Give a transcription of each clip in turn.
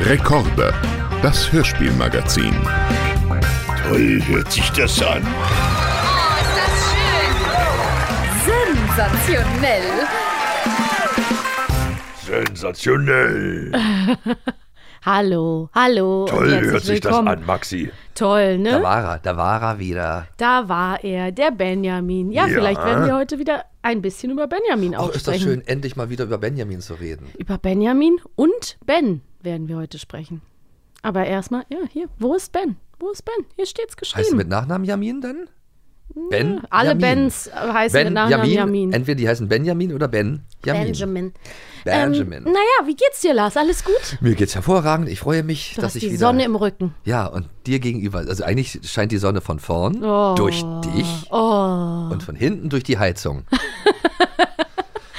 Rekorde, das Hörspielmagazin. Toll hört sich das an. Oh, ist das schön! Sensationell! Sensationell. Hallo, hallo. und Toll herzlich hört sich das willkommen. an, Maxi. Toll, Da ne? war er, da war er wieder. Da war er, der Benjamin. Ja, Ja. vielleicht werden wir heute wieder ein bisschen über Benjamin auch Ach, ist das sprechen. schön, endlich mal wieder über Benjamin zu reden. Über Benjamin und Ben werden wir heute sprechen. Aber erstmal, ja, hier, wo ist Ben? Wo ist Ben? Hier steht's Heißt du geschrieben. mit Nachnamen Jamin denn? Ben? Alle Jamin. Bens äh, heißen Ben mit Nachnamen Jamin. Entweder die heißen Benjamin oder Ben. Jamin. Benjamin. Benjamin. Ähm, naja, wie geht's dir, Lars? Alles gut? Mir geht's hervorragend. Ich freue mich, Du dass hast ich die wieder. Sonne im Rücken. ja, und dir gegenüber. Also eigentlich scheint die Sonne von vorn Oh. durch dich Oh. und von hinten durch die Heizung.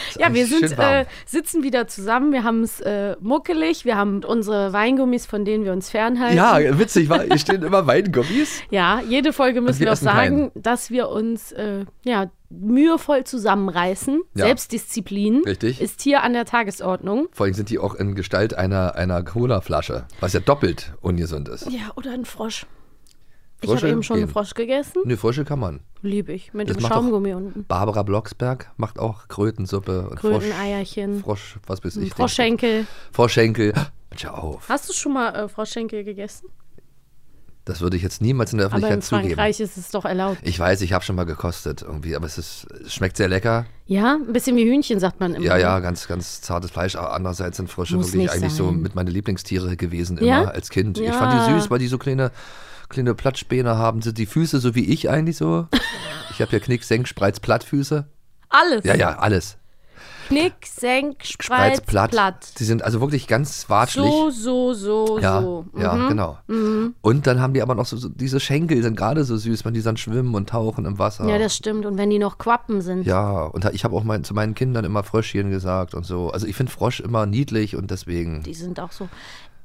Ist Ja, wir eigentlich sind, schön warm. äh, sitzen wieder zusammen, wir haben es äh, muckelig, wir haben unsere Weingummis, von denen wir uns fernhalten. ja, witzig, wa? hier stehen immer Weingummis. Ja, jede Folge müssen Also wir wir auch essen sagen, dass wir uns äh, ja, mühevoll zusammenreißen. Ja. Selbstdisziplin Richtig. ist hier an der Tagesordnung. Vor allem sind die auch in Gestalt einer, einer Cola-Flasche, was ja doppelt ungesund ist. Ja, oder ein Frosch. ich Frösche habe eben schon gehen. einen Frosch gegessen. Nö, Frösche kann man. Liebe ich. Mit Das dem macht doch Schaumgummi unten. Barbara Blocksberg macht auch Krötensuppe und Kröteneierchen. Mhm. Frosch, Frosch, was bist ich? Froschschenkel. Froschschenkel. Mensch, hör auf. Hast du schon mal äh, Froschschenkel gegessen? Das würde ich jetzt niemals in der Aber in Öffentlichkeit zugeben. Frankreich ist es doch erlaubt. Ich weiß, ich habe schon mal gekostet irgendwie, aber es, ist, es schmeckt sehr lecker. Ja, ein bisschen wie Hühnchen, sagt man immer. Ja, ja, ganz, ganz zartes Fleisch. Aber andererseits sind Frösche Mhm. Muss nicht wirklich eigentlich so sein. mit meine Lieblingstiere gewesen immer Ja? als Kind. Ich Ja. fand die süß, weil die so kleine, kleine Plattspäne haben. Sind die Füße so wie ich eigentlich so? Ich habe ja Knick, Senk, Spreiz, Plattfüße. Alles. Ja, ja, alles. Knick, Senk, Spreiz, Spreiz, platt. Platt. Die sind also wirklich ganz watschlich. So, so, so, Ja, so. Mhm. ja, genau. Und dann haben die aber noch so, so diese Schenkel sind gerade so süß, wenn die dann schwimmen und tauchen im Wasser. Ja, das stimmt. Und wenn die noch Quappen sind. Ja, und ich habe auch mein, zu meinen Kindern immer Fröschchen gesagt und so. Also ich finde Frosch immer niedlich und deswegen Die sind auch so.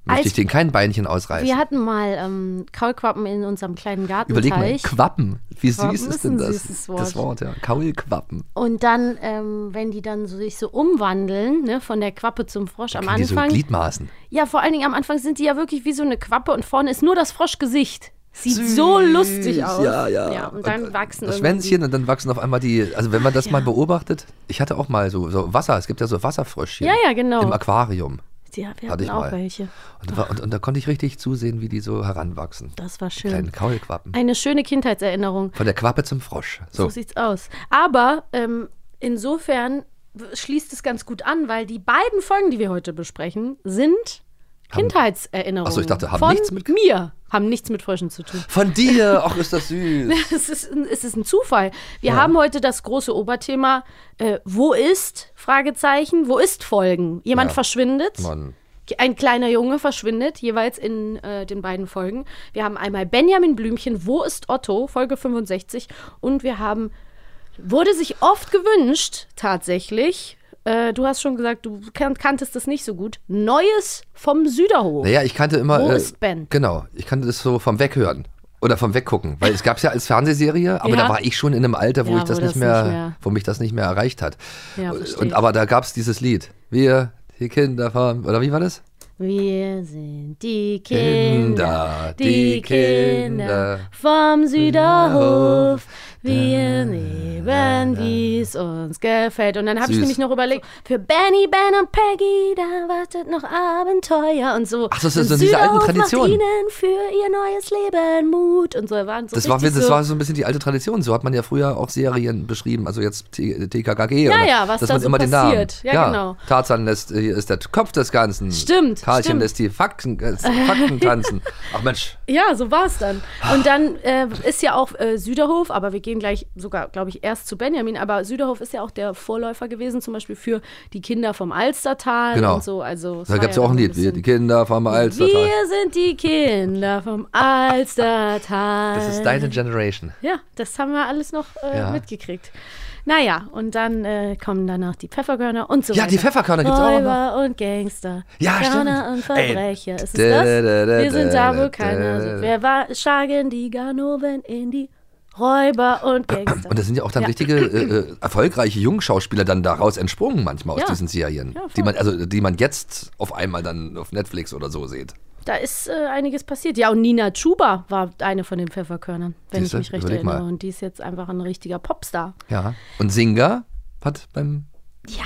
möchte ich Als, denen kein Beinchen ausreißen. wir hatten mal ähm, Kaulquappen in unserem kleinen Überleg mal, Gartenteich. Quappen. Wie Quappen süß ist ist denn ein das? süßes Wort. Das Wort, ja. Kaulquappen. und dann, ähm, wenn die dann so, sich so umwandeln, ne, von der Quappe zum Frosch am Kriegen die so Anfang. Gliedmaßen. ja, vor allen Dingen am Anfang sind die ja wirklich wie so eine Quappe und vorne ist nur das Froschgesicht. Sieht so lustig aus. Ja, ja. äh, und dann wachsen irgendwie Das die- Schwänzchen und dann wachsen auf einmal die. Also, wenn man das mal beobachtet, ich hatte auch mal so, so Wasser, es gibt ja so Wasserfröschchen. Ja, ja, genau. Im Aquarium. Ja, wir Hatte hatten ich auch mal. welche. Und, da- und, und da konnte ich richtig zusehen, wie die so heranwachsen. Das war Kleinen schön. Kaulquappen. Eine schöne Kindheitserinnerung. Von der Quappe zum Frosch. So, So. sieht's aus. Aber ähm, insofern w- schließt es ganz gut an, weil die beiden Folgen, die wir heute besprechen, sind Kindheitserinnerungen. Achso, ich dachte, haben von nichts mit- mir. Haben nichts mit Fröschen zu tun. Von dir! Ach, ist das süß. Es ist, ein- es ist ein Zufall. Wir haben heute das große Oberthema, äh, wo ist? Fragezeichen, wo ist Folgen? Jemand Ja. verschwindet. Mann. Ein kleiner Junge verschwindet, jeweils in äh, den beiden Folgen. Wir haben einmal Benjamin Blümchen, Wo ist Otto? Folge 65. Und wir haben, wurde sich oft gewünscht, tatsächlich. Äh, du hast schon gesagt, du kan kanntest das nicht so gut. Neues vom Süderhof. Naja, ich kannte immer. äh, Wo ist Ben? Genau, ich kannte das so vom Weghören. Oder vom Weggucken, weil es gab es ja als Fernsehserie, aber Ja. da war ich schon in einem Alter, wo Ja, ich das, wo das nicht, mehr, nicht mehr- wo mich das nicht mehr erreicht hat. Ja, verstehe. und, aber da gab es dieses Lied. Wir, die Kinder von, oder wie war das? Wir sind die Kinder, Kinder, die die Kinder Kinder vom Süderhof. Wir nehmen, wie es uns gefällt. Und dann habe ich Süß. nämlich noch überlegt, für Benny, Ben und Peggy, da wartet noch Abenteuer und so. Ach, das ist Und so diese alten Süderhof Traditionen. Macht ihnen für ihr neues Leben Mut und so. Waren so Das war, richtig das so, war so ein bisschen die alte Tradition. So hat man ja früher auch Serien beschrieben, also jetzt T- TKKG. Ja, oder, ja, was dass da man so immer passiert. Den Ja, Namen. genau. Tarzan lässt, äh, ist der Kopf des Ganzen. Stimmt, Karlchen stimmt. lässt die Fakten, äh, Fakten tanzen. Ach Mensch, Ja, so war es dann. Ah. Und dann äh, ist ja auch äh, Süderhof, aber wir gehen gleich sogar, glaube ich, erst zu Benjamin, aber Süderhof ist ja auch der Vorläufer gewesen, zum Beispiel für die Kinder vom Alstertal Genau. und so. Also, es da war gibt es ja auch ein so Lied. Wir, bisschen- die Kinder vom Alstertal. Wir sind die Kinder vom Alstertal. Das ist deine Generation. Ja, das haben wir alles noch äh, Ja. mitgekriegt. Naja, und dann äh, kommen danach die Pfefferkörner und so Ja, weiter. die Pfefferkörner gibt's auch noch. Räuber und Gangster. Ja, Gauner stimmt. und Verbrecher. Ist es Da, das? da, da, da, Wir sind da, da, wo da, keiner da, sind. da. Wer war? Schagen die Ganoven in die Räuber und Gangster. Und das sind ja auch dann richtige äh, äh, erfolgreiche Jungschauspieler dann daraus entsprungen manchmal aus Ja. diesen Serien, Ja, voll. die man also die man jetzt auf einmal dann auf Netflix oder so sieht. Da ist äh, einiges passiert. Ja, und Nina Chuba war eine von den Pfefferkörnern, wenn Siehste, ich mich recht überleg mal. erinnere. Und die ist jetzt einfach ein richtiger Popstar. Ja. Und Singer hat beim ja,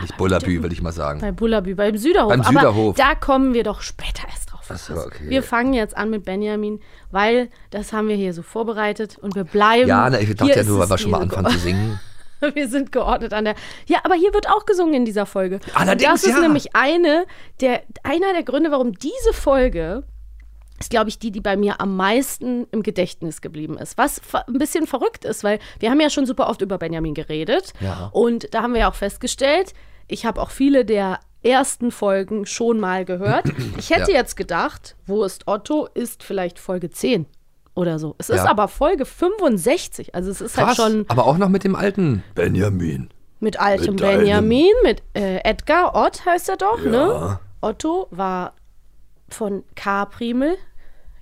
nicht Bullabü, dem- will ich mal sagen. Bei Bullaby, beim Süderhof. Beim Süderhof. Aber da kommen wir doch später erst drauf. so, okay. Wir fangen jetzt an mit Benjamin, weil das haben wir hier so vorbereitet und wir bleiben. ja, na, ich dachte hier ja ist nur, weil es wir schon mal diese- anfangen zu singen. Wir sind geordnet an der. Ja, aber hier wird auch gesungen in dieser Folge. Allerdings, und das ist ja. nämlich eine der, einer der Gründe, warum diese Folge ist, glaube ich, die, die bei mir am meisten im Gedächtnis geblieben ist. Was ver- ein bisschen verrückt ist, weil wir haben ja schon super oft über Benjamin geredet. Ja. Und da haben wir ja auch festgestellt, ich habe auch viele der ersten Folgen schon mal gehört. Ich hätte Ja. jetzt gedacht, wo ist Otto, ist vielleicht Folge 10 oder so. Es ist Ja. aber Folge 65. Also es ist halt Krass, schon aber auch noch mit dem alten Benjamin. mit altem Mit deinem- Benjamin, mit äh, Edgar Ott heißt er doch, ne? Otto war von K. Primel.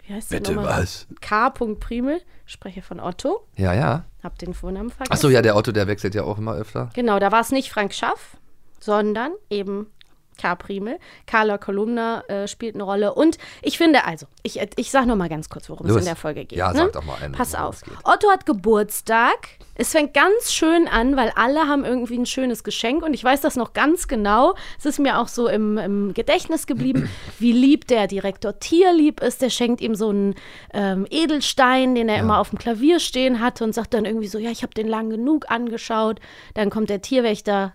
Wie heißt der Bitte nochmal? was? K. Primel, Sprecher von Otto. Ja, ja. Hab den Vornamen vergessen. Achso, ja, der Otto, der wechselt ja auch immer öfter. Genau, da war es nicht Frank Schaff, sondern eben K. Primel. Carla Kolumna äh, spielt eine Rolle. Und ich finde, also, ich, ich sag noch mal ganz kurz, worum Los. es in der Folge geht. Ja, ne? sag doch mal einen, Pass worum auf. es geht. Otto hat Geburtstag. Es fängt ganz schön an, weil alle haben irgendwie ein schönes Geschenk und ich weiß das noch ganz genau. Es ist mir auch so im, im Gedächtnis geblieben, wie lieb der Direktor Tierlieb ist. Der schenkt ihm so einen ähm, Edelstein, den er immer auf dem Klavier stehen hatte und sagt dann irgendwie so, ja, ich habe den lang genug angeschaut. Dann kommt der Tierwächter,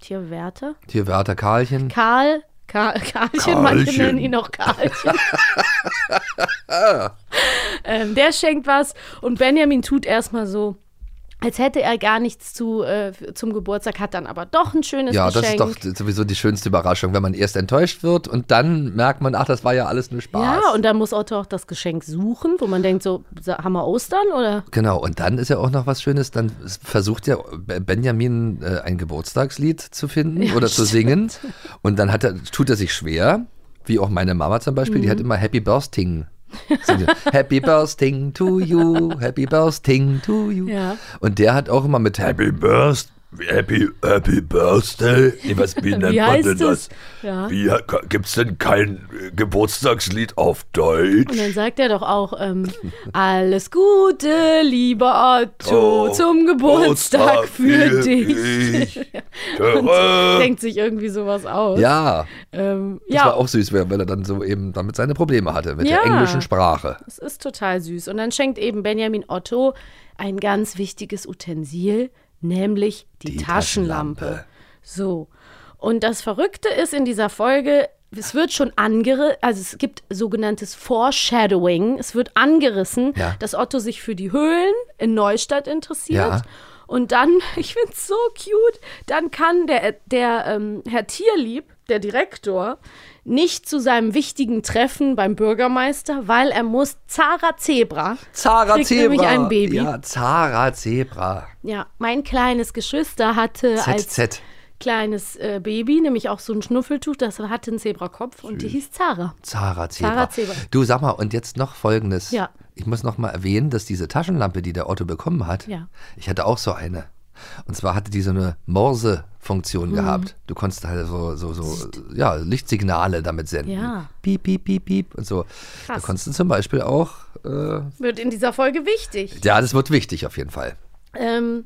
Tierwärter, Hier Werther Karlchen. Karl, Karl Karlchen, manche Karlchen. nennen ihn auch Karlchen. ähm, der schenkt was und Benjamin tut erstmal so, als hätte er gar nichts zu, äh, zum Geburtstag, hat dann aber doch ein schönes Ja, das Geschenk. ist doch sowieso die schönste Überraschung, wenn man erst enttäuscht wird und dann merkt man, ach, das war ja alles nur Spaß. ja, und dann muss Otto auch das Geschenk suchen, wo man denkt so, sa- haben wir Ostern oder? Genau, und dann ist ja auch noch was Schönes, dann versucht ja Be- Benjamin äh, ein Geburtstagslied zu finden oder zu singen und dann hat er, tut er sich schwer, wie auch meine Mama zum Beispiel, Mhm. die hat immer Happy Bursting. happy Bursting to you, Happy Bursting to you. Ja. Und der hat auch immer mit Happy, Happy Birth, Happy, Happy Birthday. Nee, was, wie nennt man heißt denn das? es? Ja. Wie, ka- gibt's denn kein äh, Geburtstagslied auf Und dann Deutsch? sagt er doch auch, ähm, alles Gute, lieber Otto, Oh, zum Geburtstag Geburtstag für für dich. dich. und Tada. denkt sich irgendwie sowas aus. ja, ähm, das ja war auch süß, weil weil er dann so eben damit seine Probleme hatte, mit Ja. der englischen Sprache. Es ist total süß. Und dann schenkt eben Benjamin Otto ein ganz wichtiges Utensil, nämlich die, Die Taschenlampe. Taschenlampe. So. Und das Verrückte ist in dieser Folge, es wird schon angerissen, also es gibt sogenanntes Foreshadowing. Es wird angerissen, Ja. dass Otto sich für die Höhlen in Neustadt interessiert. Ja. Und dann, ich finde es so cute, dann kann der, der ähm, Herr Tierlieb, der Direktor, nicht zu seinem wichtigen Treffen beim Bürgermeister, weil er muss Zara Zebra. Zara kriegt Zebra. nämlich ein Baby. Ja. Ja, Zara Zebra. mein kleines Geschwister hatte als ZZ. kleines äh, Baby, nämlich auch so ein Schnuffeltuch, das hatte einen Zebrakopf und die hieß Zara. Zara Zebra. Zara Zebra. Du sag mal, und jetzt noch folgendes. Ja. Ich muss noch mal erwähnen, dass diese Taschenlampe, die der Otto bekommen hat, Ja. ich hatte auch so eine. Und zwar hatte die so eine Morse-Funktion Mhm. gehabt. Du konntest halt so, so, so ja, Lichtsignale damit senden. Ja. Piep, piep, piep, piep und so. Da Krass. konntest du zum Beispiel auch, äh, Wird in dieser Folge wichtig. ja, das wird wichtig auf jeden Fall. Ähm,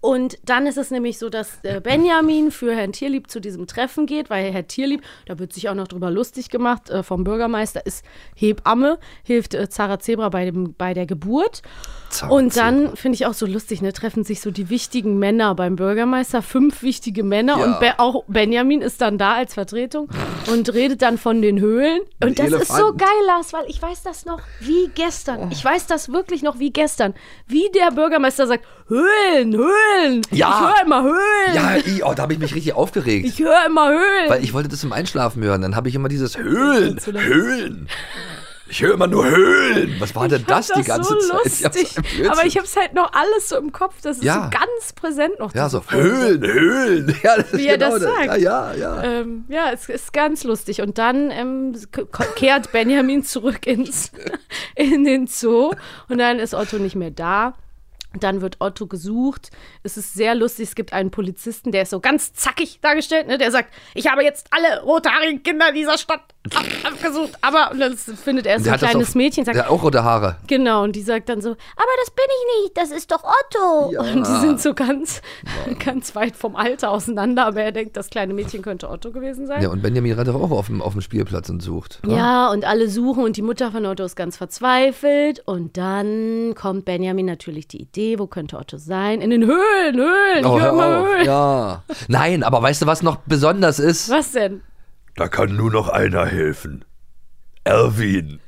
und dann ist es nämlich so, dass äh, Benjamin für Herrn Tierlieb zu diesem Treffen geht, weil Herr Tierlieb, da wird sich auch noch drüber lustig gemacht, äh, vom Bürgermeister ist Hebamme, hilft äh, Zara Zebra bei, dem, bei der Geburt. Zara Und dann finde ich auch so lustig, ne, treffen sich so die wichtigen Männer beim Bürgermeister, fünf wichtige Männer Ja. und Be auch Benjamin ist dann da als Vertretung und redet dann von den Höhlen. Und, Und das ist so Elefanten. Oh. geil, Lars, weil ich weiß das noch wie gestern. Ich weiß das wirklich noch wie gestern. Wie der Bürgermeister sagt, Höhlen, Höhlen. Ja. Ich höre immer Höhlen. Ja, i, oh, da habe ich mich richtig aufgeregt. Ich höre immer Höhlen. weil ich wollte das zum Einschlafen hören. Dann habe ich immer dieses Höhlen, Höhlen. Ich höre immer nur Höhlen. Was war denn fand das, die ganze so Zeit? Ja, Lustig. so ein Blödsinn. Aber ich habe es halt noch alles so im Kopf. Das ist Ja. so ganz präsent noch. ja, diese so Folge. Höhlen, Höhlen. Ja, das ist Wie er das sagt. Ja, ja, ja. Ähm, ja, es ist ganz lustig. Und dann ähm, k- k- kehrt Benjamin zurück ins, in den Zoo und dann ist Otto nicht mehr da. Dann wird Otto gesucht. Es ist sehr lustig. Es gibt einen Polizisten, der ist so ganz zackig dargestellt. Ne? Der sagt, ich habe jetzt alle rothaarigen Kinder dieser Stadt ab abgesucht. Aber und dann findet er so Der ein hat das kleines auf- Mädchen. Sagt, Der hat auch rote Haare. Genau, und die sagt dann so, aber das bin ich nicht, das ist doch Otto. Ja. Und die sind so ganz, ganz weit vom Alter auseinander, aber er denkt, das kleine Mädchen könnte Otto gewesen sein. Ja, Ja, und Benjamin rennt doch auch auf dem, auf dem Spielplatz und sucht. und alle suchen und die Mutter von Otto ist ganz verzweifelt. Und dann kommt Benjamin natürlich die Idee, wo könnte Otto sein? In den Höhlen, Höhlen, Oh, ich höre hör immer auf. Höhlen. Ja. Nein, aber weißt du, was noch besonders ist? Was denn? Da kann nur noch einer helfen. Erwin.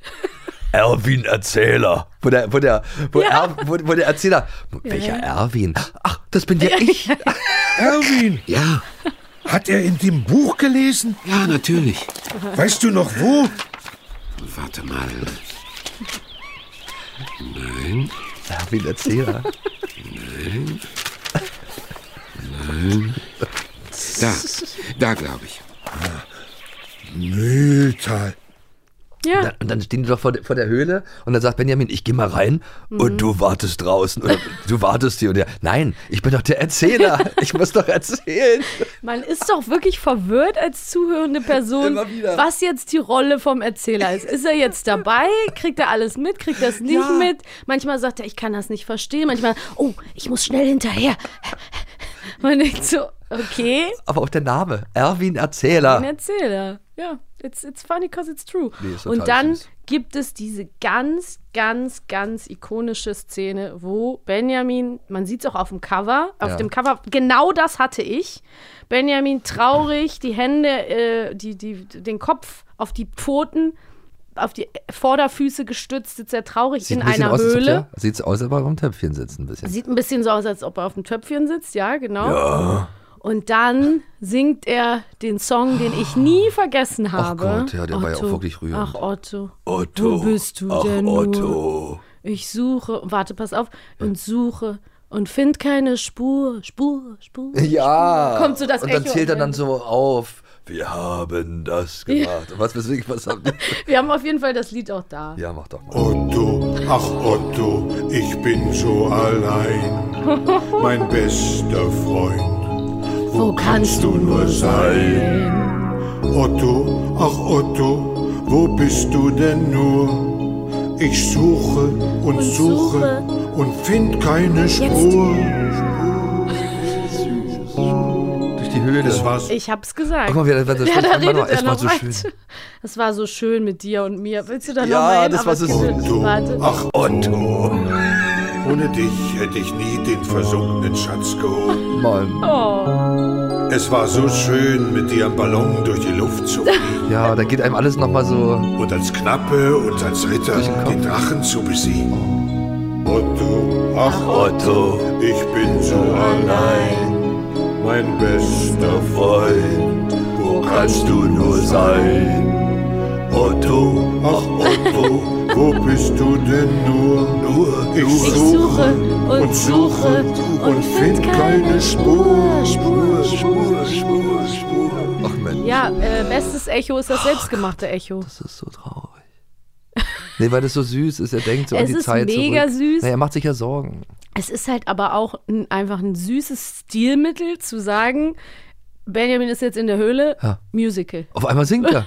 Erwin Erzähler. Wo der, wo der, wo, er, wo, wo der Erzähler, welcher Erwin? Ach, das bin ja ich. Erwin, Ja, hat er in dem Buch gelesen? ja, natürlich. Weißt du noch wo? Warte mal. Erwin Erzähler. Da, da glaube ich. Mühltal. Ja, Dann- Und dann stehen die doch vor, der- vor der Höhle und dann sagt Benjamin, ich gehe mal rein Mhm. und du wartest draußen. Oder du wartest hier und der, nein, ich bin doch der Erzähler. Ich muss doch erzählen. man ist doch wirklich verwirrt als zuhörende Person, Immer wieder. was jetzt die Rolle vom Erzähler ist. Ist er jetzt dabei? Kriegt er alles mit? Kriegt er es nicht mit? Manchmal sagt er, ich kann das nicht verstehen. Manchmal, oh, ich muss schnell hinterher. Man denkt so, okay, Aber auch der Name, Erwin ein Erzähler. Erzähler. Ja, it's, it's funny because it's true. Nee, ist total Und dann süß. gibt es diese ganz, ganz, ganz ikonische Szene, wo Benjamin, man sieht es auch auf dem Cover, auf Ja. dem Cover, genau das hatte ich. Benjamin traurig, die Hände, äh, die, die, den Kopf auf die Pfoten, auf die Vorderfüße gestützt, sitzt er traurig in ein bisschen einer aus, als ob Höhle. der- Sieht's aus, aber am Töpfchen sitzt ein bisschen. Sieht ein bisschen so aus, als ob er auf dem Töpfchen sitzt, ja, genau. Und dann singt er den Song, den ich nie vergessen habe. Gott, ja, der war ja auch wirklich rührend. Ach, Otto. Otto. Wo bist du Ach, denn nur? Otto. Ich suche, warte, pass auf, und suche und find keine Spur, Spur, Spur. Ja. Hm, Kommt so das Und dann Echo zählt er am dann Ende. so auf. Wir haben das gemacht. Gemacht. Was, weswegen, was haben die? Wir haben auf jeden Fall das Lied auch da. Ja, mach doch mal. Otto, ach Otto, ich bin so allein. Mein bester Freund, Wo kannst du nur sein? Otto, ach Otto, wo bist du denn nur? Ich suche und, suche, und find keine Spur. Durch die Höhle. Es war's. Ich hab's gesagt. Guck mal, wie er- das ja, da war noch- redet er es war noch so schön. weiter. Das war so schön mit dir und mir. Willst du da Ja, noch mal hin? das Aber war so es gibt- süß. Warte. Ach Otto, ohne dich hätte ich nie den versunkenen Schatz geholt. Mann. Oh. Es war so schön, mit dir am Ballon durch die Luft zu fliegen Ja, da geht einem alles nochmal so. und als Knappe und als Ritter den Drachen zu besiegen. Otto, ach Otto. ich bin so allein, mein bester Freund, wo kannst du nur sein? Otto, ach Otto, wo bist du denn nur? Nur, ich Ich suche und suche und find keine Spur, Spur, Spur, Spur, Spur. Ach Mensch, Ja, äh, bestes Echo ist das selbstgemachte Echo. das ist so traurig. Nee, weil das so süß ist. Er denkt so an Es die ist Zeit mega zurück. süß. Naja, er macht sich ja Sorgen. Es ist halt aber auch ein, einfach ein süßes Stilmittel zu sagen, Benjamin ist jetzt in der Höhle, Ja. Musical. Auf einmal singt er.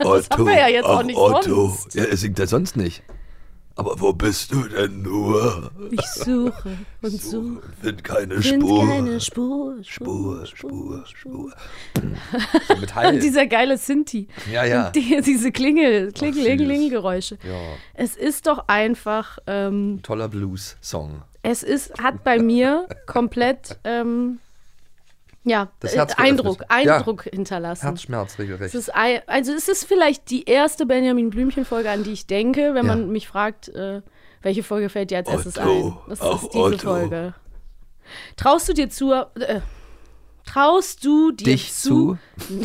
Otto. haben wir ja jetzt auch Ach, nicht Otto. sonst. ja, er singt ja sonst nicht. Aber wo bist du denn nur? Ich suche und suche, Sind keine find Spuren. keine Spur, Spur, Spur, Spur. So mit Halt. Heil. Und dieser geile Sinti. Ja, ja. Und die, diese Klingel, süß. Klingelingelingeräusche. Ja. Es ist doch einfach, ähm, Toller Blues-Song. es ist, hat bei mir komplett, ähm, ja, Das äh, Herz Eindruck, geöffnet. Ja. Eindruck hinterlassen. Herzschmerz Es regelrecht. ist ei- also es ist vielleicht die erste Benjamin Blümchen Folge, an die ich denke, wenn Ja. man mich fragt, äh, welche Folge fällt dir als erstes ein? Otto, Das ach, ist diese Otto. Folge. Traust du dir zu? Äh, traust du dir Dich zu?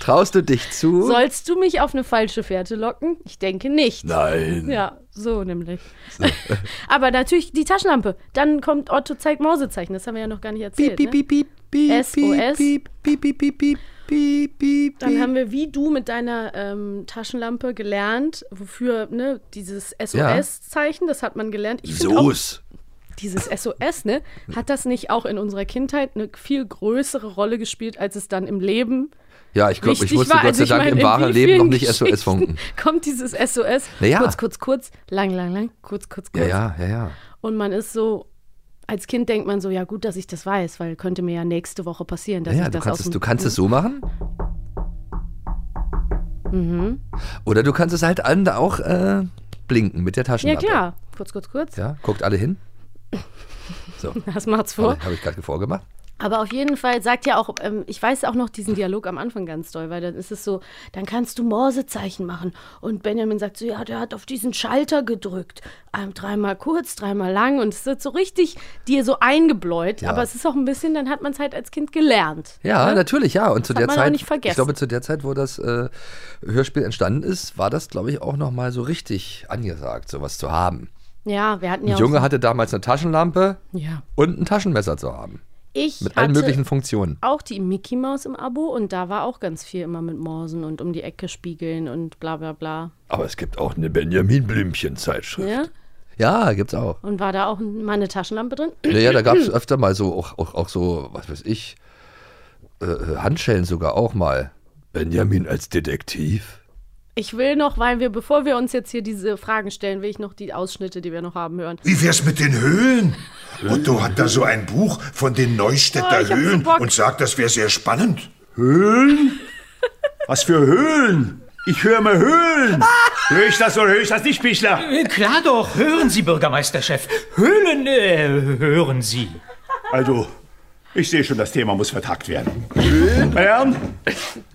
Traust du dich zu? Sollst du mich auf eine falsche Fährte locken? Ich denke nicht. Nein. Ja, so nämlich. Aber natürlich die Taschenlampe. Dann kommt Otto zeigt Mausezeichen. Das haben wir ja noch gar nicht erzählt. Piep, piep, ne? piep, piep, piep, SOS. piep, piep, piep, piep, piep, piep, piep. Dann haben wir wie du mit deiner ähm, Taschenlampe gelernt, wofür ne, dieses SOS-Zeichen, das hat man gelernt. Ich find auch- Soos. dieses SOS, ne, hat das nicht auch in unserer Kindheit eine viel größere Rolle gespielt, als es dann im Leben Ja, ich glaube, ich wichtig musste war? Gott Also sei ich Dank meine, im in wahren wie Leben noch vielen nicht SOS Geschichten funken. Kommt dieses SOS, Naja. kurz, kurz, kurz, lang, lang, lang, kurz, kurz, kurz. Ja, ja, ja, ja. Und man ist so, als Kind denkt man so, ja gut, dass ich das weiß, weil könnte mir ja nächste Woche passieren, dass Ja, ich du das kannst aus es, dem- du kannst es so machen. Mhm. Oder du kannst es halt an auch äh, blinken mit der Ja Taschenlampe. klar, kurz, kurz, kurz. Ja, guckt alle hin. So, Das macht's vor. habe ich, hab ich gerade vorgemacht. Aber auf jeden Fall sagt ja auch, ähm, ich weiß auch noch diesen Dialog am Anfang ganz doll, weil dann ist es so, dann kannst du Morsezeichen machen. Und Benjamin sagt so, ja, der hat auf diesen Schalter gedrückt. Ähm, dreimal kurz, dreimal lang. Und es wird so richtig dir so eingebläut. Aber es ist auch ein bisschen, dann hat man es halt als Kind gelernt. Ja, natürlich, ja. Und zu hat der man auch Zeit, nicht vergessen. ich glaube, zu der Zeit, wo das äh, Hörspiel entstanden ist, war das, glaube ich, auch nochmal so richtig angesagt, sowas zu haben. Ja, wir hatten ja Ein auch Junge so, hatte damals eine Taschenlampe Ja. und ein Taschenmesser zu haben. ich Mit allen hatte möglichen Funktionen. auch die Mickey Maus im Abo und da war auch ganz viel immer mit Morsen und um die Ecke spiegeln und bla bla bla. Aber es gibt auch eine Benjamin Blümchen-Zeitschrift. Ja? Ja, gibt's auch. Und war da auch mal eine Taschenlampe drin? Naja, da gab es öfter mal so, auch, auch, auch so, was weiß ich, äh, Handschellen sogar auch mal. Benjamin als Detektiv? Ich will noch, weil wir, bevor wir uns jetzt hier diese Fragen stellen, will ich noch die Ausschnitte, die wir noch haben, hören. Wie wär's mit den Höhlen? Otto hat da so ein Buch von den Oh, Neustädter ich hab so Höhlen Bock. und sagt, das wäre sehr spannend. Höhlen? Was für Höhlen? Ich höre mal Höhlen. Höre ich das oder höre ich das nicht, Bichler? Klar doch, hören Sie, Bürgermeisterchef. Höhlen, äh, hören Sie. Also, ich sehe schon, das Thema muss vertagt werden. Höhlen? Meine Herren,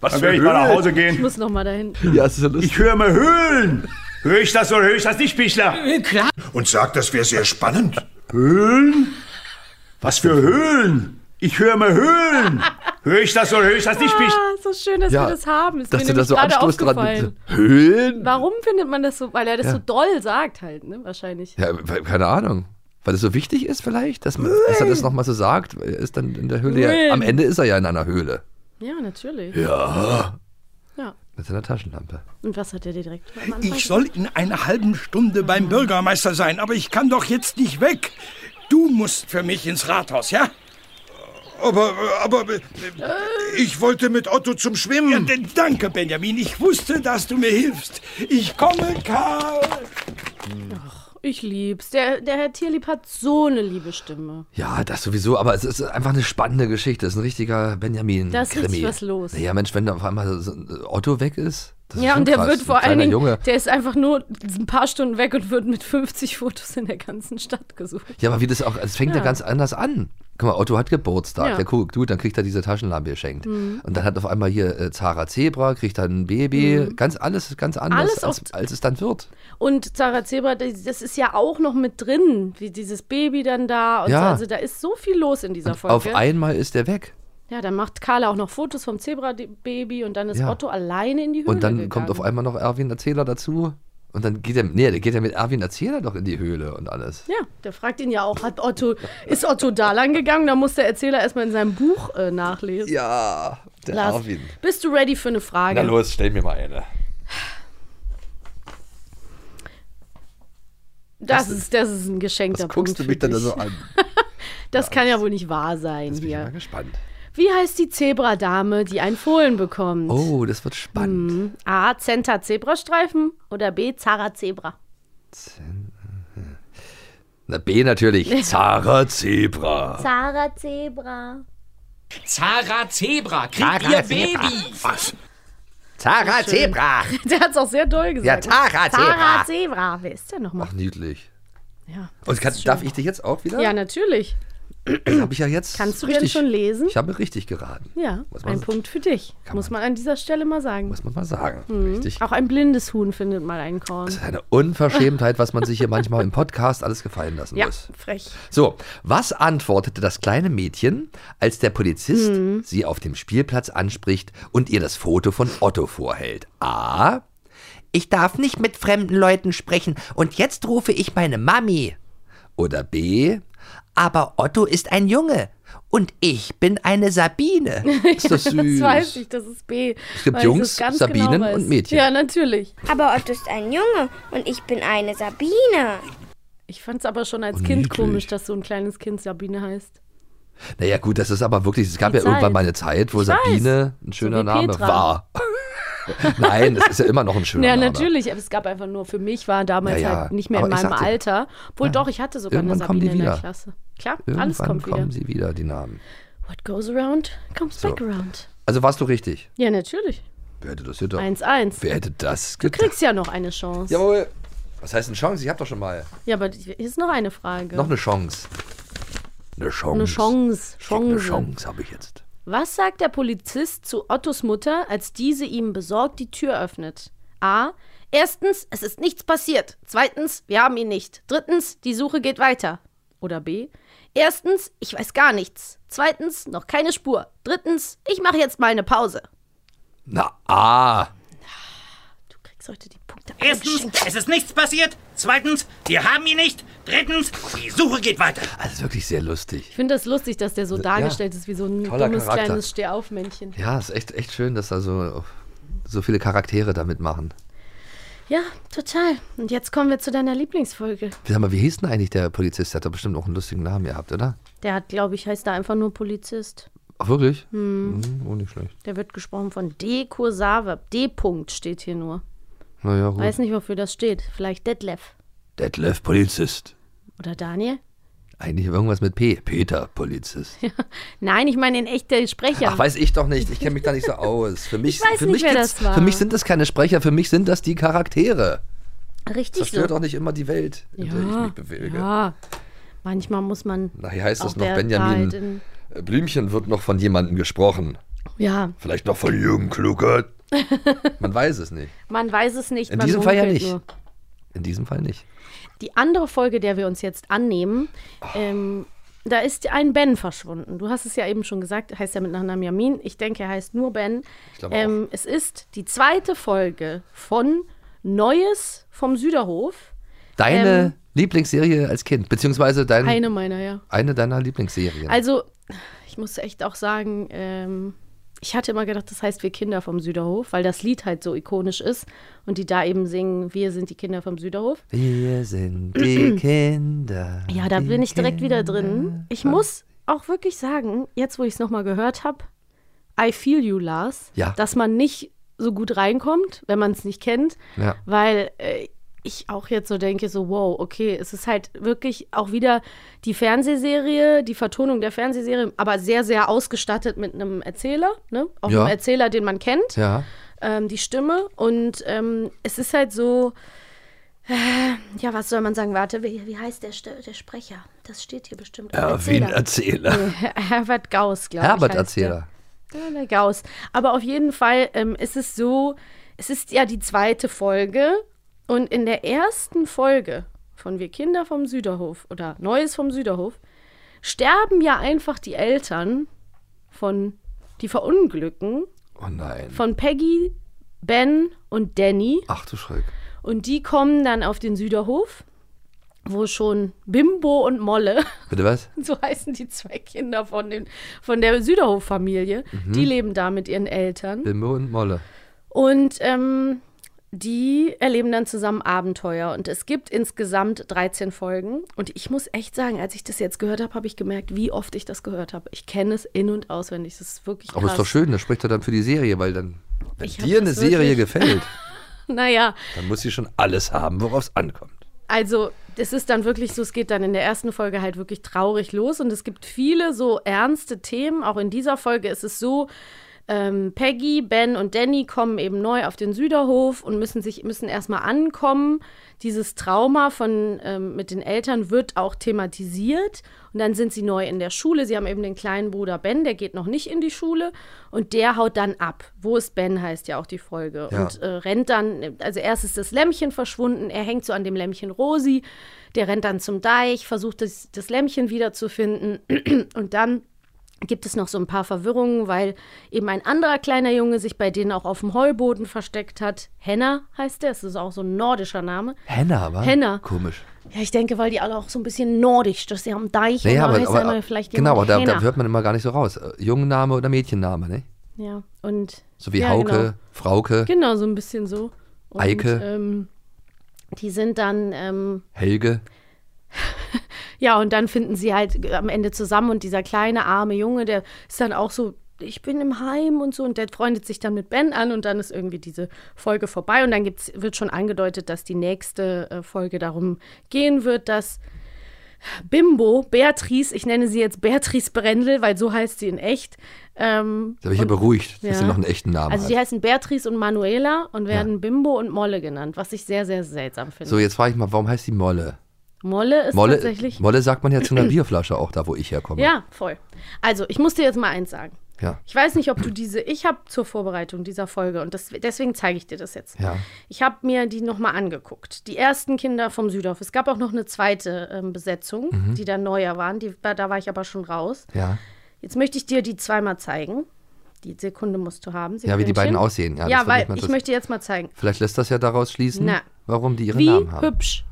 Was dann werde ich mal nach Hause gehen. Ich muss noch mal dahin. Ja, das ist so lustig. Ich höre mal Höhlen. Höre ich das oder höre ich das nicht, Bichler? Äh, Klar. Und sagt, das wäre sehr spannend. Höhlen? Was für Höhlen? Ich höre mal Höhlen. Höre ich das oder höre ich das nicht, Bichler? Ah, so schön, dass Ja, wir das haben. Ist dass mir du da nämlich so gerade Anstoß dran aufgefallen. mit- Höhlen? Warum findet man das so? Weil er das Ja. so doll sagt halt, ne? Wahrscheinlich. Ja, weil- keine Ahnung. Weil es so wichtig ist vielleicht, dass, man, dass er das nochmal so sagt. Er ist dann in der Höhle Höhlen. ja, am Ende ist er ja in einer Höhle. Ja, natürlich. Ja, Ja. Mit seiner Taschenlampe. Und was hat der Direktor am Anfang? Ich soll in einer halben Stunde beim Bürgermeister sein, aber ich kann doch jetzt nicht weg. Du musst für mich ins Rathaus, ja? Aber, aber, äh, ich wollte mit Otto zum ja Schwimmen. denn, danke, Benjamin. Ich wusste, dass du mir hilfst. Ich komme, Karl. Ich lieb's. Der, der Herr Tierlieb hat so eine liebe Stimme. Ja, das sowieso, aber es ist einfach eine spannende Geschichte. Es ist ein richtiger benjamin Da ist richtig was los. Ja, Mensch, wenn da auf einmal so ein Otto weg ist. Das ist Ja, schon und der krass. wird Ein vor allen kleiner Dingen, Junge. der ist einfach nur ein paar Stunden weg und wird mit 50 Fotos in der ganzen Stadt gesucht. Ja, aber wie das auch, es fängt ja. Ja. ganz anders an. Guck mal, Otto hat Geburtstag. Ja. Mhm. Der guckt, gut, dann kriegt er diese Taschenlampe geschenkt. Und dann hat auf einmal hier äh, Zara Zebra, kriegt dann ein Baby. Ganz alles ist ganz anders, Mhm. Alles als, oft- als es dann wird. Und Zara Zebra, das das ist ja auch noch mit drin, wie dieses Baby dann da. Und Ja. so, also da ist so viel los in dieser Auf Folge. einmal ist er weg. ja, dann macht Carla auch noch Fotos vom Zebra-Baby und dann ist Ja. Otto alleine in die Höhle Und dann gegangen. kommt auf einmal noch Erwin Erzähler dazu. Und dann geht er, nee, der geht ja mit Erwin Erzähler doch in die Höhle und alles. Ja, der fragt ihn ja auch, hat Otto, ist Otto da lang gegangen? Da muss der Erzähler erstmal in seinem Buch äh, nachlesen. Ja, der Lars, bist du ready für eine Frage? Na los, stell mir mal eine. das, ist, das ist ein geschenkter Was guckst Punkt du für mich denn da dich. so an? Das kann ja wohl nicht wahr sein Bin ich mal hier. gespannt. Wie heißt die Zebradame, die ein Fohlen bekommt? Oh, das wird spannend. A. Zenta Zebrastreifen oder B. Zara Zebra. Na, B natürlich. Zara Zebra. Zara Zebra. Zara Zebra, krieg ihr Baby. Was? Zara Zebra. Der hat es auch sehr doll gesagt. Ja, Zara Zebra. Zara Zebra. Wer ist der nochmal? Ach, niedlich. Ja. Und kann, darf ich dich jetzt auch wieder? ja, natürlich. Das habe ich ja jetzt. Kannst du richtig, denn schon lesen? Ich habe richtig geraten. Ja, Muss man, ein Punkt für dich. Muss man an dieser Stelle mal sagen. Muss man mal sagen. Richtig. Mhm. Auch ein blindes Huhn findet mal einen Korn. Das ist eine Unverschämtheit, was man sich hier manchmal im Podcast alles gefallen lassen Ja, muss. frech. So, was antwortete das kleine Mädchen, als der Polizist Hm. sie auf dem Spielplatz anspricht und ihr das Foto von Otto vorhält? A. Ich darf nicht mit fremden Leuten sprechen und jetzt rufe ich meine Mami. Oder B. Aber Otto ist ein Junge und ich bin eine Sabine. Ist das süß? Das weiß ich, das ist B. Es gibt Jungs, Sabinen und Mädchen. Ja, natürlich. Aber Otto ist ein Junge und ich bin eine Sabine. Ich fand es aber schon als Oh, Kind niedlich. komisch, dass so ein kleines Kind Sabine heißt. Naja, gut, das ist aber wirklich, es gab Die ja irgendwann Zeit. mal eine Zeit, wo Ich Sabine weiß. So ein schöner wie Name Petra. war. Nein, es ist ja immer noch ein schöner Ja, Name. natürlich, aber es gab einfach nur, für mich war damals Ja, ja. halt nicht mehr Aber in ich meinem sag dir- Alter. Obwohl doch, ich hatte sogar eine Irgendwann kommen die Sabine in der wieder. Klasse. Klar, Irgendwann alles kommt wieder. kommen sie wieder, die Namen. What goes around, comes back around. Also warst du richtig. Ja, natürlich. Wer hätte das gedacht? 1-1. Wer hätte das Du gedacht? kriegst ja noch eine Chance. Jawohl. Was heißt eine Chance? Ich hab doch schon mal. Ja, aber hier ist noch eine Frage. Noch eine Chance. Eine Chance. Eine Chance. Ich krieg Eine Chance. Chance habe ich jetzt. Was sagt der Polizist zu Ottos Mutter, als diese ihm besorgt die Tür öffnet? A. Erstens, es ist nichts passiert. Zweitens, wir haben ihn nicht. Drittens, die Suche geht weiter. Oder B. Erstens, ich weiß gar nichts. Zweitens, noch keine Spur. Drittens, ich mache jetzt mal eine Pause. Na, ah. Kriegst heute die Punkte. Erstens, es ist nichts passiert. Zweitens, wir haben ihn nicht. Drittens, die Suche geht weiter. Also wirklich sehr lustig. Ich finde das lustig, dass der so dargestellt ist wie so ein Toller dummes Charakter. kleines Stehaufmännchen. Ja, ist echt, echt schön, dass da so, so viele Charaktere da mitmachen. Ja, total. Und jetzt kommen wir zu deiner Lieblingsfolge. Sag mal, wie hieß denn eigentlich der Polizist? Der hat doch bestimmt auch einen lustigen Namen gehabt, oder? Der hat, glaube ich, heißt da einfach nur Polizist. Ach, wirklich? Hm. Hm, oh, nicht schlecht. Der wird gesprochen von D. Kursave. D. Punkt steht hier nur. Naja, gut. Weiß nicht, wofür das steht. Vielleicht Detlef. Detlef Polizist. Oder Daniel? Eigentlich irgendwas mit P. Peter Polizist. Nein, ich meine in echt der Sprecher. Ach, weiß ich doch nicht. Ich kenne mich da nicht so aus. Für mich, Ich weiß für nicht, mich wer gibt's- das war. Für mich sind das keine Sprecher, für mich sind das die Charaktere. Richtig so. Zerstört doch nicht immer die Welt, in der ich mich bewege. ja. Manchmal muss man. Na, hier heißt auch es noch, der Benjamin Wahrheit äh, in- Blümchen wird noch von jemandem gesprochen. Ja, Vielleicht noch von Jürgen Kluckert. Man weiß es nicht. man weiß es nicht. In man diesem Fall ja munkelt nicht. nur. In diesem Fall nicht. Die andere Folge, der wir uns jetzt annehmen, Ah. ähm, da ist ein Ben verschwunden. Du hast es ja eben schon gesagt, er heißt ja mit Nachnamen Yamin. Ich denke, er heißt nur Ben. Ich glaube Ähm, es ist die zweite Folge von Neues vom Süderhof. Deine Lieblingsserie als Kind, beziehungsweise dein, Ähm, Eine meiner, ja. eine deiner Lieblingsserien. Also, ich muss echt auch sagen, ähm, ich hatte immer gedacht, das heißt Wir Kinder vom Süderhof, weil das Lied halt so ikonisch ist und die da eben singen, Wir sind die Kinder vom Süderhof. Wir sind die Kinder. Ja, da die bin ich direkt wieder Kinder. drin. Ich muss auch wirklich sagen, jetzt wo ich es nochmal gehört habe, I feel you, Lars, Ja. dass man nicht so gut reinkommt, wenn man es nicht kennt, Ja. weil äh, ich auch jetzt so denke, so wow, okay, es ist halt wirklich auch wieder die Fernsehserie, die Vertonung der Fernsehserie, aber sehr, sehr ausgestattet mit einem Erzähler, ne? auch Ja. einem Erzähler, den man kennt Ja. ähm, die Stimme. Und ähm, es ist halt so, äh, ja, was soll man sagen? Warte, wie, wie heißt der, St- der Sprecher? Das steht hier bestimmt. auch. Erwin Erzähler. Herbert Gauss, glaube ich. Herbert heißt der. Erzähler. Ja, der Gauss. Aber auf jeden Fall ähm, ist es so, es ist ja die zweite Folge. Und in der ersten Folge von Wir Kinder vom Süderhof oder Neues vom Süderhof sterben ja einfach die Eltern von, die verunglücken, Oh nein. von Peggy, Ben und Danny. Ach du Schreck. Und die kommen dann auf den Süderhof, wo schon Bimbo und Molle, Bitte was? so heißen die zwei Kinder von, den, von der Süderhof-Familie, Mhm. die leben da mit ihren Eltern. Bimbo und Molle. Und ähm, die erleben dann zusammen Abenteuer. Und es gibt insgesamt 13 Folgen. Und ich muss echt sagen, als ich das jetzt gehört habe, habe ich gemerkt, wie oft ich das gehört habe. Ich kenne es in- und auswendig. Das ist wirklich krass. Aber ist doch schön, das spricht er dann für die Serie, weil dann, wenn Ich hab dir eine das Serie wirklich- gefällt, Naja, dann muss sie schon alles haben, worauf es ankommt. Also, es ist dann wirklich so, es geht dann in der ersten Folge halt wirklich traurig los und es gibt viele so ernste Themen. Auch in dieser Folge ist es so, ähm, Peggy, Ben und Danny kommen eben neu auf den Süderhof und müssen sich müssen erstmal ankommen. Dieses Trauma von ähm, mit den Eltern wird auch thematisiert und dann sind sie neu in der Schule. Sie haben eben den kleinen Bruder Ben, der geht noch nicht in die Schule und der haut dann ab. Wo ist Ben heißt ja auch die Folge Ja. und äh, rennt dann. Also erst ist das Lämmchen verschwunden. Er hängt so an dem Lämmchen Rosi. Der rennt dann zum Deich, versucht das, das Lämmchen wiederzufinden und dann gibt es noch so ein paar Verwirrungen, weil eben ein anderer kleiner Junge sich bei denen auch auf dem Heuboden versteckt hat. Henna heißt der, es ist auch so ein nordischer Name. Henna, aber? Henna. Komisch. Ja, ich denke, weil die alle auch so ein bisschen nordisch, dass sie am Deich und Naja, da aber, heißt aber, einmal vielleicht genau, aber jemand da, da Henna. hört man immer gar nicht so raus. Äh, Jungenname oder Mädchenname, ne? ja, und So wie ja, Hauke, genau. Frauke, Genau, so ein bisschen so. Und, Eike. Ähm, die sind dann ähm, Helge. Ja, und dann finden sie halt am Ende zusammen und dieser kleine arme Junge, der ist dann auch so, ich bin im Heim und so und der freundet sich dann mit Ben an und dann ist irgendwie diese Folge vorbei und dann gibt's, wird schon angedeutet, dass die nächste äh, Folge darum gehen wird, dass Bimbo, Beatrice, ich nenne sie jetzt Beatrice Brendel, weil so heißt sie in echt. Ähm, Das habe ich ja und- beruhigt, dass sie Ja. noch einen echten Namen also hat. die heißen Beatrice und Manuela und werden Bimbo und Molle genannt, was ich sehr, sehr seltsam finde. So, jetzt frage ich mal, warum heißt die Molle? Molle ist Molle, tatsächlich. Molle sagt man ja zu einer Bierflasche auch da, wo ich herkomme. Ja, voll. Also, ich muss dir jetzt mal eins sagen. Ja. Ich weiß nicht, ob du diese. Ich habe zur Vorbereitung dieser Folge und das, deswegen zeige ich dir das jetzt. Ja. Ich habe mir die nochmal angeguckt. Die ersten Kinder vom Südorf. Es gab auch noch eine zweite ähm, Besetzung, Mhm. die da neuer waren. Die, da, da war ich aber schon raus. Ja. Jetzt möchte ich dir die zweimal zeigen. Die Sekunde musst du haben. Ja, wie die Sekündchen. beiden aussehen. Ja, das Ja, würde weil mich mal ich interess- möchte jetzt mal zeigen. Vielleicht lässt das ja daraus schließen, Na. warum die ihren wie Namen haben. Oh. hübsch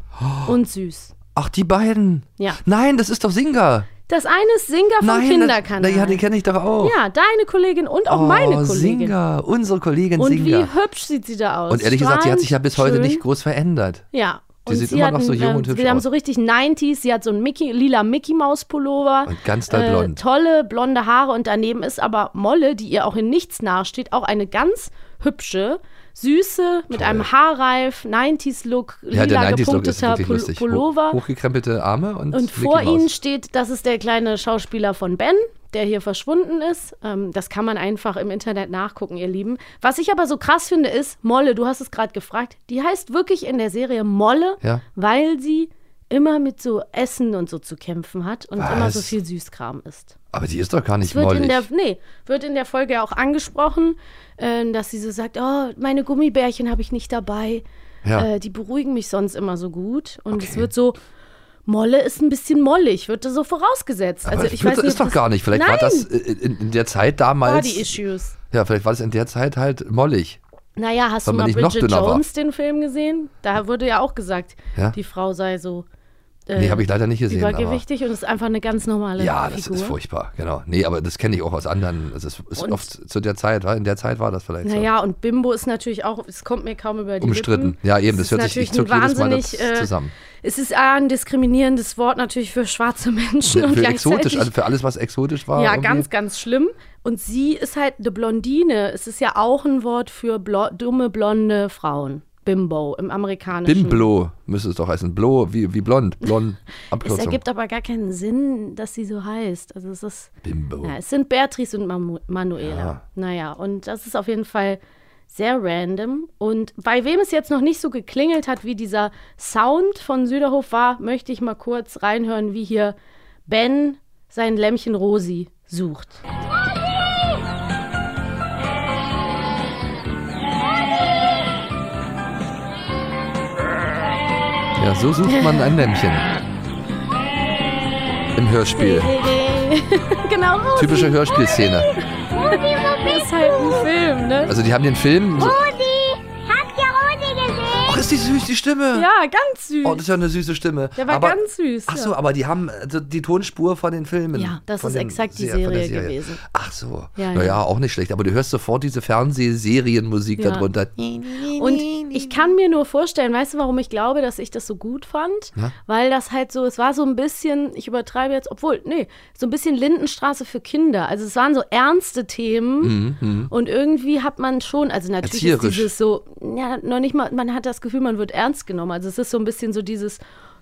und süß. Ach, die beiden. Ja. Nein, das ist doch Singa. Das eine ist Singer vom Nein, Kinderkanal. Das, na, ja, den kenne ich doch auch. Ja, deine Kollegin und auch oh, meine Kollegin. Singa, unsere Kollegin Und Singa. wie hübsch sieht sie da aus. Und ehrlich gesagt, die hat sich ja bis heute Strahlend nicht schön. groß verändert. Ja. Die und sieht sie immer hat noch so einen, jung ähm, und hübsch Wir haben aus. so richtig 90s. Sie hat so einen Mickey, lila Mickey Maus Pullover. äh, Und ganz doll blond. Tolle blonde Haare. Und daneben ist aber Molle, die ihr auch in nichts nahesteht, auch eine ganz hübsche, süße, mit einem Haarreif, 90s-Look, Ja, der lila 90s-Look ist gepunkteter wirklich Pul- lustig. Hoch- Pullover. Hochgekrempelte Arme und, Und Mickey vor Maus. ihnen steht, das ist der kleine Schauspieler von Ben, der hier verschwunden ist. Ähm, das kann man einfach im Internet nachgucken, ihr Lieben. Was ich aber so krass finde, ist Molle, du hast es gerade gefragt, die heißt wirklich in der Serie Molle, Ja. weil sie immer mit so Essen und so zu kämpfen hat und immer Was? so viel Süßkram isst. Aber die ist doch gar nicht Es wird in mollig. der, nee, wird in der Folge ja auch angesprochen, ähm, dass sie so sagt, oh, meine Gummibärchen habe ich nicht dabei. Ja. Äh, die beruhigen mich sonst immer so gut. Und es Okay. wird so, Molle ist ein bisschen mollig, wird das so vorausgesetzt. Aber also das ich wird- weiß nicht, ist ob doch gar nicht. Vielleicht Nein, Ah, war das äh, in, in der Zeit damals. Body Issues. ja, vielleicht war das in der Zeit halt mollig. Naja, hast du Weil man mal nicht noch Bridget dünner war. Jones den Film gesehen? Da wurde ja auch gesagt, Ja. die Frau sei so. Äh, Nee, habe ich leider nicht gesehen, aber- Übergewichtig und ist einfach eine ganz normale Ja, das Figur. ist furchtbar, genau. Nee, aber das kenne ich auch aus anderen. Es ist, ist Und- oft zu der Zeit, wa? in der Zeit war das vielleicht so. Naja, und Bimbo ist natürlich auch, es kommt mir kaum über die Umstritten. Lippen. Ja, eben, Es das hört ist sich- ich natürlich zuck ein jedes Mal das wahnsinnig, äh, zusammen. Es ist ein diskriminierendes Wort natürlich für schwarze Menschen. und Für gleichzeitig, exotisch, also für alles, was exotisch war. Ja, irgendwie. ganz, ganz schlimm. Und sie ist halt eine Blondine. Es ist ja auch ein Wort für blo dumme, blonde Frauen. Bimbo im amerikanischen. Bimblo müsste es doch heißen. Blo, wie, wie blond. Blond, Es Abkürzung. ergibt aber gar keinen Sinn, dass sie so heißt. Also es ist. Bimbo. Ja, es sind Beatrice und Mamu Manuela. Ja. Naja, und das ist auf jeden Fall sehr random. Und bei wem es jetzt noch nicht so geklingelt hat, wie dieser Sound von Süderhof war, möchte ich mal kurz reinhören, wie hier Ben sein Lämmchen Rosi sucht. Ja, so sucht man ein Lämmchen. Im Hörspiel. genau, Rosi. Typische Hörspielszene. Das ist halt ein Film, ne? Also die haben den Film. Oh! So, Habt ihr Rudi gesehen? ach, ist die süß, die Stimme. Ja, ganz süß. Oh, das ist ja eine süße Stimme. Der war aber, ganz süß, Ach so, ja. aber die haben also die Tonspur von den Filmen. Ja, das von ist den exakt die Se- von der Serie gewesen. Ach so. Ja, naja, ja. auch nicht schlecht. Aber du hörst sofort diese Fernsehserienmusik Ja. darunter. Und ich kann mir nur vorstellen, weißt du, warum ich glaube, dass ich das so gut fand? Weil das halt so, es war so ein bisschen, ich übertreibe jetzt, obwohl, nee, so ein bisschen Lindenstraße für Kinder. Also es waren so ernste Themen und irgendwie hat man schon, also natürlich ist Mhm, Erzieherisch. dieses so, ja, noch nicht mal, man hat das Gefühl, man wird ernst genommen. Also es ist so ein bisschen so dieses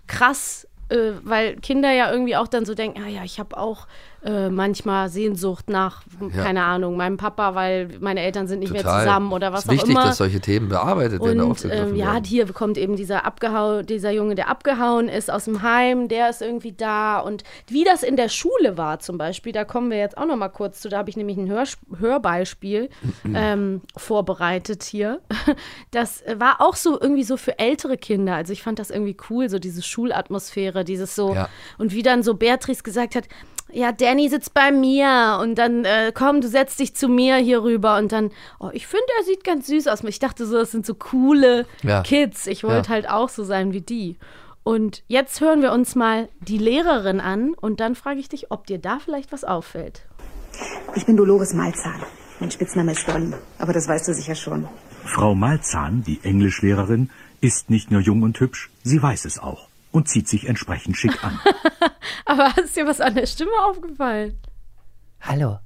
krass. äh, Weil Kinder ja irgendwie auch dann so denken, ah ja, ich habe auch äh, manchmal Sehnsucht nach, Ja. keine Ahnung, meinem Papa, weil meine Eltern sind nicht mehr Total. zusammen oder was ist wichtig, auch immer. dass solche Themen bearbeitet werden, Und aufgegriffen ähm, ja, werden. hier kommt eben dieser abgehau dieser Junge, der abgehauen ist aus dem Heim, der ist irgendwie da. Und wie das in der Schule war zum Beispiel, da kommen wir jetzt auch noch mal kurz zu. Da habe ich nämlich ein Hörsp Hörbeispiel ähm, vorbereitet hier. Das äh, war auch so irgendwie so für ältere Kinder. Also ich fand das irgendwie cool, so diese Schulatmosphäre, dieses so. Ja. Und wie dann so Beatrice gesagt hat, ja, Danny sitzt bei mir und dann äh, komm, du setzt dich zu mir hier rüber und dann, oh, ich finde, er sieht ganz süß aus. Ich dachte so, das sind so coole Ja. Kids. Ich wollte Ja. halt auch so sein wie die. Und jetzt hören wir uns mal die Lehrerin an und dann frage ich dich, ob dir da vielleicht was auffällt. Ich bin Dolores Malzahn. Mein Spitzname ist Dolly. Aber das weißt du sicher schon. Frau Malzahn, die Englischlehrerin, ist nicht nur jung und hübsch, sie weiß es auch. und zieht sich entsprechend schick an. Aber ist dir was an der Stimme aufgefallen? Hallo.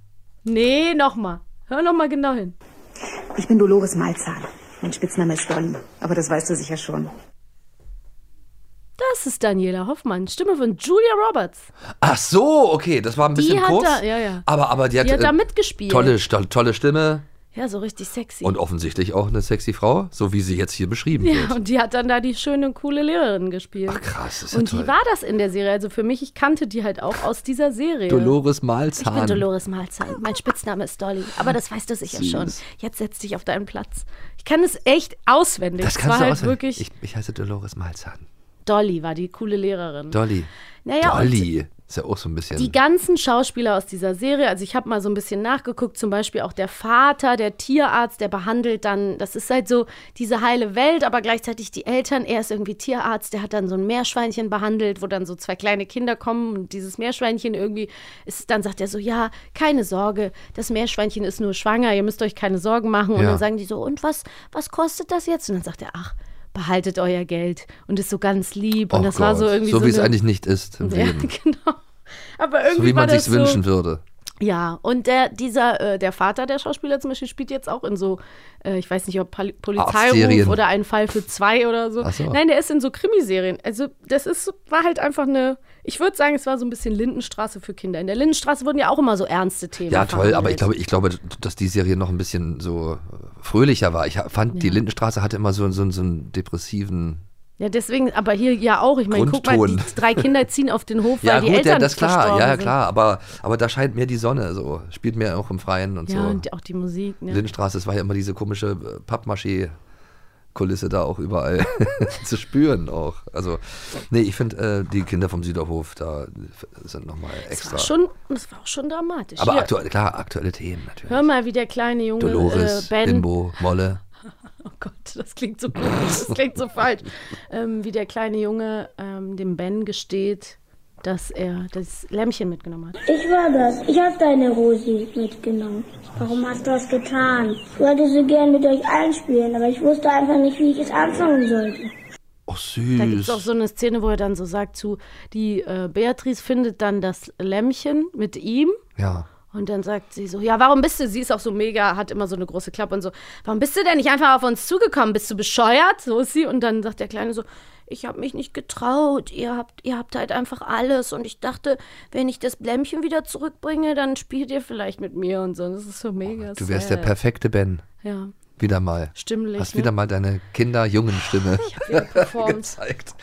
Nee, nochmal. Hör nochmal genau hin. Ich bin Dolores Malzahn. Mein Spitzname ist Dolly, aber das weißt du sicher schon. Das ist Daniela Hoffmann, Stimme von Julia Roberts. Ach so, okay, das war ein bisschen die hat kurz. da, ja, ja. aber, aber die hat, Die hat da äh, mitgespielt. Tolle, sto- tolle Stimme Ja, so richtig sexy. und offensichtlich auch eine sexy Frau, so wie sie jetzt hier beschrieben ja, wird. und die hat dann da die schöne, coole Lehrerin gespielt. Ach krass, das ist ja Und toll. die war das in der Serie. Also für mich, ich kannte die halt auch aus dieser Serie. Dolores Ich bin Malzahn. Dolores Malzahn. Mein Spitzname ist Dolly. Aber das weißt du sicher Süß. schon. Jetzt setz dich auf deinen Platz. Ich kann es echt auswendig. das Es kannst war du halt auswendig. wirklich. Ich, ich heiße Dolores Malzahn. Dolly war die coole Lehrerin. Dolly. Naja, und Dolly. Ist ja auch so ein bisschen. Die ganzen Schauspieler aus dieser Serie, also ich habe mal so ein bisschen nachgeguckt, zum Beispiel auch der Vater, der Tierarzt, der behandelt dann, das ist halt so diese heile Welt, aber gleichzeitig die Eltern, er ist irgendwie Tierarzt, der hat dann so ein Meerschweinchen behandelt, wo dann so zwei kleine Kinder kommen und dieses Meerschweinchen irgendwie ist, dann sagt er so, ja, keine Sorge, das Meerschweinchen ist nur schwanger, ihr müsst euch keine Sorgen machen. Und Ja. dann sagen die so, und was, was kostet das jetzt? Und dann sagt er, ach, behaltet euer Geld und ist so ganz lieb. Und Oh das war so Gott, irgendwie so so wie es eine- eigentlich nicht ist im ja, Leben. genau. Aber irgendwie So wie man war das sich so, wünschen würde. Ja, und der, dieser, äh, der Vater der Schauspieler zum Beispiel spielt jetzt auch in so, äh, ich weiß nicht, ob Pol Polizeiruf Arztserien. oder ein Fall für zwei oder so. Ah, Ach so. Nein, der ist in so Krimiserien. Also das ist, war halt einfach eine, ich würde sagen, es war so ein bisschen Lindenstraße für Kinder. In der Lindenstraße wurden ja auch immer so ernste Themen Ja, toll, aber verhandelt. ich glaube, ich glaube, dass die Serie noch ein bisschen so äh, fröhlicher war. Ich ha- fand, die Ja. Lindenstraße hatte immer so, so, so einen depressiven. Ja, deswegen, aber hier ja auch. Ich meine, guck mal, die Grundton. drei Kinder ziehen auf den Hof, weil ja, die gut, Eltern ja, das ist klar, verstorben ja, ja, sind. klar, aber, aber da scheint mehr die Sonne, so spielt mehr auch im Freien und Ja, so. und auch die Musik. Ne? Lindenstraße, es war ja immer diese komische äh, Pappmaché-Kulisse da auch überall zu spüren auch. Also, nee, ich finde, äh, die Kinder vom Süderhof da f- sind nochmal Das extra. war schon, das war auch schon dramatisch. aber Hier, aktuell, klar, aktuelle Themen natürlich. Hör mal, wie der kleine Junge äh, Dolores, Ben. Bimbo, Molle. Oh Gott, das klingt so komisch, das klingt so falsch. Ähm, wie der kleine Junge ähm, dem Ben gesteht, dass er das Lämmchen mitgenommen hat. Ich war das. Ich habe deine Rosi mitgenommen. Warum hast du das getan? Ich wollte so gern mit euch einspielen, aber ich wusste einfach nicht, wie ich es anfangen sollte. Oh, Da gibt es auch so eine Szene, wo er dann so sagt zu, die äh, Beatrice findet dann das Lämmchen mit ihm. Ja. Und dann sagt sie so, ja, warum bist du, sie ist auch so mega, hat immer so eine große Klappe und so, warum bist du denn nicht einfach auf uns zugekommen? Bist du bescheuert? So ist sie. Und dann sagt der Kleine so, ich habe mich nicht getraut, ihr habt, ihr habt halt einfach alles. Und ich dachte, wenn ich das Blämmchen wieder zurückbringe, dann spielt ihr vielleicht mit mir und so. Das ist so mega Du wärst sad. der perfekte Ben. Ja. Wieder mal. äh, Stimmlich, Hast ne? wieder mal deine Kinderjungenstimme wieder performt. gezeigt.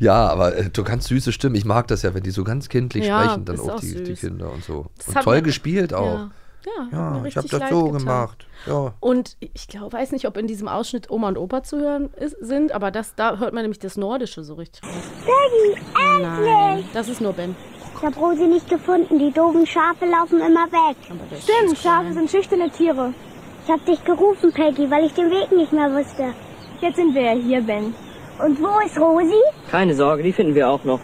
Ja, aber äh, du kannst süße Stimmen. Ich mag das ja, wenn die so ganz kindlich Ja, sprechen, dann ist auch, auch die, die süß. Kinder und so. Das Und hat toll mir- gespielt auch. Ja, ja, hat Ja, mir ich hab richtig das leid so getan. gemacht. Ja. Und ich glaube, weiß nicht, ob in diesem Ausschnitt Oma und Opa zu hören ist, sind, aber das, da hört man nämlich das Nordische so richtig raus. Peggy, Nein, endlich! das ist nur Ben. Ich habe Rosi nicht gefunden. Die doofen Schafe laufen immer weg. Stimmt, Schafe sind schüchterne Tiere. Ich habe dich gerufen, Peggy, weil ich den Weg nicht mehr wusste. Jetzt sind wir ja hier, Ben. Und wo ist Rosi? Keine Sorge, die finden wir auch noch.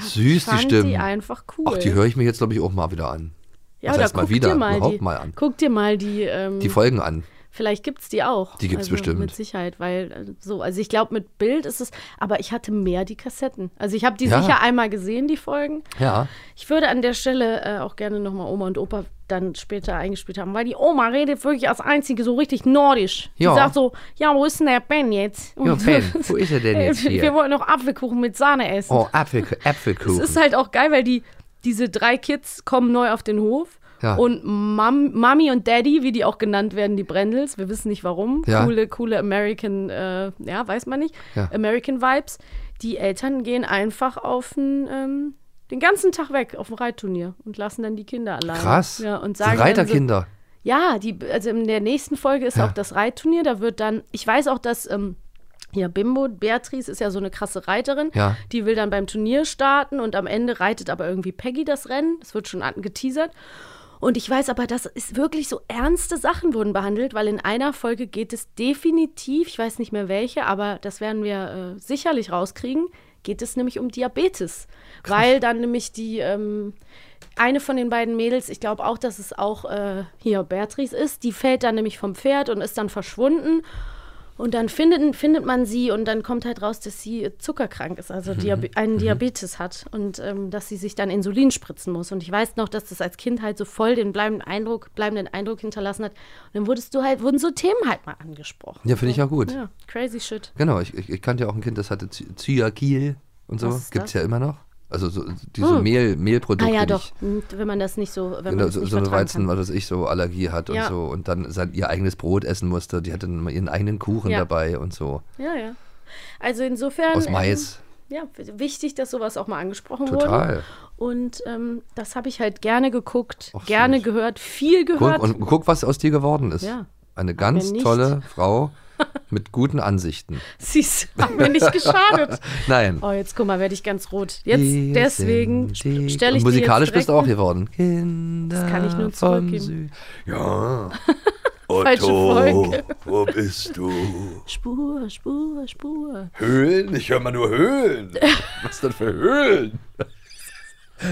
Süß, die fand die Stimmen. einfach cool. Ach, die höre ich mir jetzt, glaube ich, auch mal wieder an. Ja, Was oder heißt mal guck wieder, dir mal überhaupt die, mal an. Guck dir mal die, ähm, Die Folgen an. Vielleicht gibt es die auch. Die gibt's also bestimmt. Mit Sicherheit, weil äh, so, also ich glaube, mit Bild ist es, aber ich hatte mehr die Kassetten. Also ich habe die Ja. sicher einmal gesehen, die Folgen. Ja. Ich würde an der Stelle äh, auch gerne nochmal Oma und Opa dann später eingespielt haben, weil die Oma redet wirklich als einzige so richtig nordisch. Ja. Die sagt so, ja, wo ist denn der Ben jetzt? Ja, Ben, wo ist er denn Äh, jetzt wir- hier? Wir wollen noch Apfelkuchen mit Sahne essen. Oh, Apfel, Äpfelkuchen. Es ist halt auch geil, weil die, diese drei Kids kommen neu auf den Hof. Ja. Und Mam, Mami und Daddy, wie die auch genannt werden, die Brendels, wir wissen nicht warum. Ja. Coole, coole American, äh, ja, weiß man nicht. Ja. American Vibes. Die Eltern gehen einfach auf den, ähm, den ganzen Tag weg, auf ein Reitturnier und lassen dann die Kinder allein. Krass. Ja, und Sind sagen dann Reiterkinder. So, ja, die, also in der nächsten Folge ist Ja. auch das Reitturnier. Da wird dann, ich weiß auch, dass ähm, ja, Bimbo, Beatrice ist ja so eine krasse Reiterin. Ja. Die will dann beim Turnier starten und am Ende reitet aber irgendwie Peggy das Rennen. Das wird schon an- geteasert. Und ich weiß aber, dass es wirklich so ernste Sachen wurden behandelt, weil in einer Folge geht es definitiv, ich weiß nicht mehr welche, aber das werden wir äh, sicherlich rauskriegen, geht es nämlich um Diabetes. Weil dann nämlich die, ähm, eine von den beiden Mädels, ich glaube auch, dass es auch äh, hier Beatrice ist, die fällt dann nämlich vom Pferd und ist dann verschwunden. Und dann findet, findet man sie und dann kommt halt raus, dass sie zuckerkrank ist, Mhm. also Diabe einen Diabetes hat und ähm, dass sie sich dann Insulin spritzen muss. Und ich weiß noch, dass das als Kind halt so voll den bleibenden Eindruck, bleibenden Eindruck hinterlassen hat. Und dann wurdest du halt, wurden so Themen halt mal angesprochen. Ja, finde ich auch gut. Ja, crazy shit. Genau, ich, ich, ich kannte ja auch ein Kind, das hatte Zy- Zyakie und so. Was ist Gibt es das? ja immer noch. Also so, diese Hm. Mehl, Ah Mehlprodukte. ja, die doch, Hm, wenn man das nicht so, wenn man Genau, das so, nicht so eine vertragen Weizen, kann. was weiß ich, so Allergie hat und Ja. so und dann sein, ihr eigenes Brot essen musste. Die hatte dann mal ihren eigenen Kuchen Ja. dabei und so. Ja, ja. Also insofern. Aus Mais. Ähm, ja, wichtig, dass sowas auch mal angesprochen Total. wurde. Und ähm, das habe ich halt gerne geguckt, gerne gehört, viel Guck, gehört. und guck, was aus dir geworden ist. Ja. Eine ganz mir nicht. tolle Frau mit guten Ansichten. Siehst du, hat mir nicht geschadet. Nein. Oh, jetzt guck mal, werde ich ganz rot. Jetzt deswegen stelle ich dir und jetzt musikalisch bist du auch direkt- geworden. Kinder Das kann ich nur vom zurückgeben. Sü- Ja. Falsche Folge. wo bist du? Spur, Spur, Spur. Höhlen? Ich höre mal nur Höhlen. Was denn für Höhlen?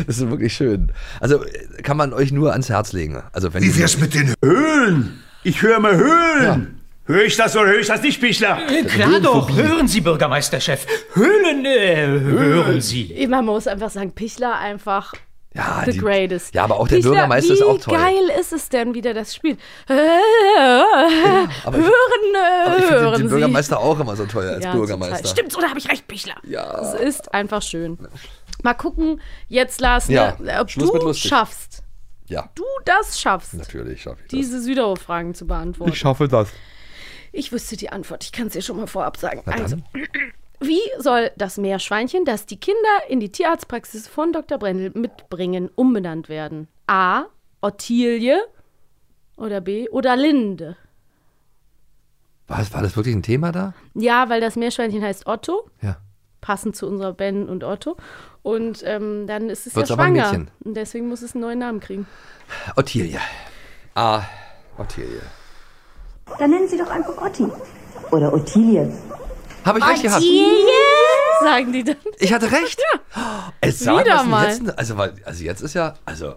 Das ist wirklich schön. Also äh, kann man euch nur ans Herz legen. Also wenn Wie wär's mit den Höhlen? Ich höre mal Höhlen. Höre ich das oder höre ich das nicht, Bichler? Äh, Klar doch, hören Sie, Bürgermeisterchef. Höhlen, äh, hören Sie. Man muss einfach sagen, Pichler einfach ja, the Ah, die- greatest. ja, aber auch der Pichler, Bürgermeister wie ist auch toll. geil ist es denn, wie der das spielt? aber ich- hören, Aber ich äh, finde hören den, den Sie. Bürgermeister auch immer so toll als Ja, Bürgermeister. total. Stimmt's oder habe ich recht, Pichler? Ja. Es ist einfach schön. Mal gucken, jetzt Lars, Ja, ne, ob Schluss mit du lustig. schaffst, Ja, du das schaffst, natürlich schaffe ich diese Südau-Fragen zu beantworten. Ich schaffe das. Ich wüsste die Antwort, ich kann es dir schon mal vorab sagen. Na dann. Also, wie soll das Meerschweinchen, das die Kinder in die Tierarztpraxis von Dr. Brendel mitbringen, umbenannt werden? A. Ottilie oder B. oder Linde? Was, war das wirklich ein Thema da? Ja, weil das Meerschweinchen heißt Otto. Ja. Passend zu unserer Ben und Otto. Und ähm, dann ist es Wird's ja aber ein schwanger. Mädchen. Und deswegen muss es einen neuen Namen kriegen. Ottilie. Ah, Ottilie. Dann nennen Sie doch einfach Otti. Oder Ottilie. Habe ich recht gehabt? Sagen die dann. Ich hatte recht. Es sagen Wieder was im mal. letzten, also, weil- also jetzt ist ja, also,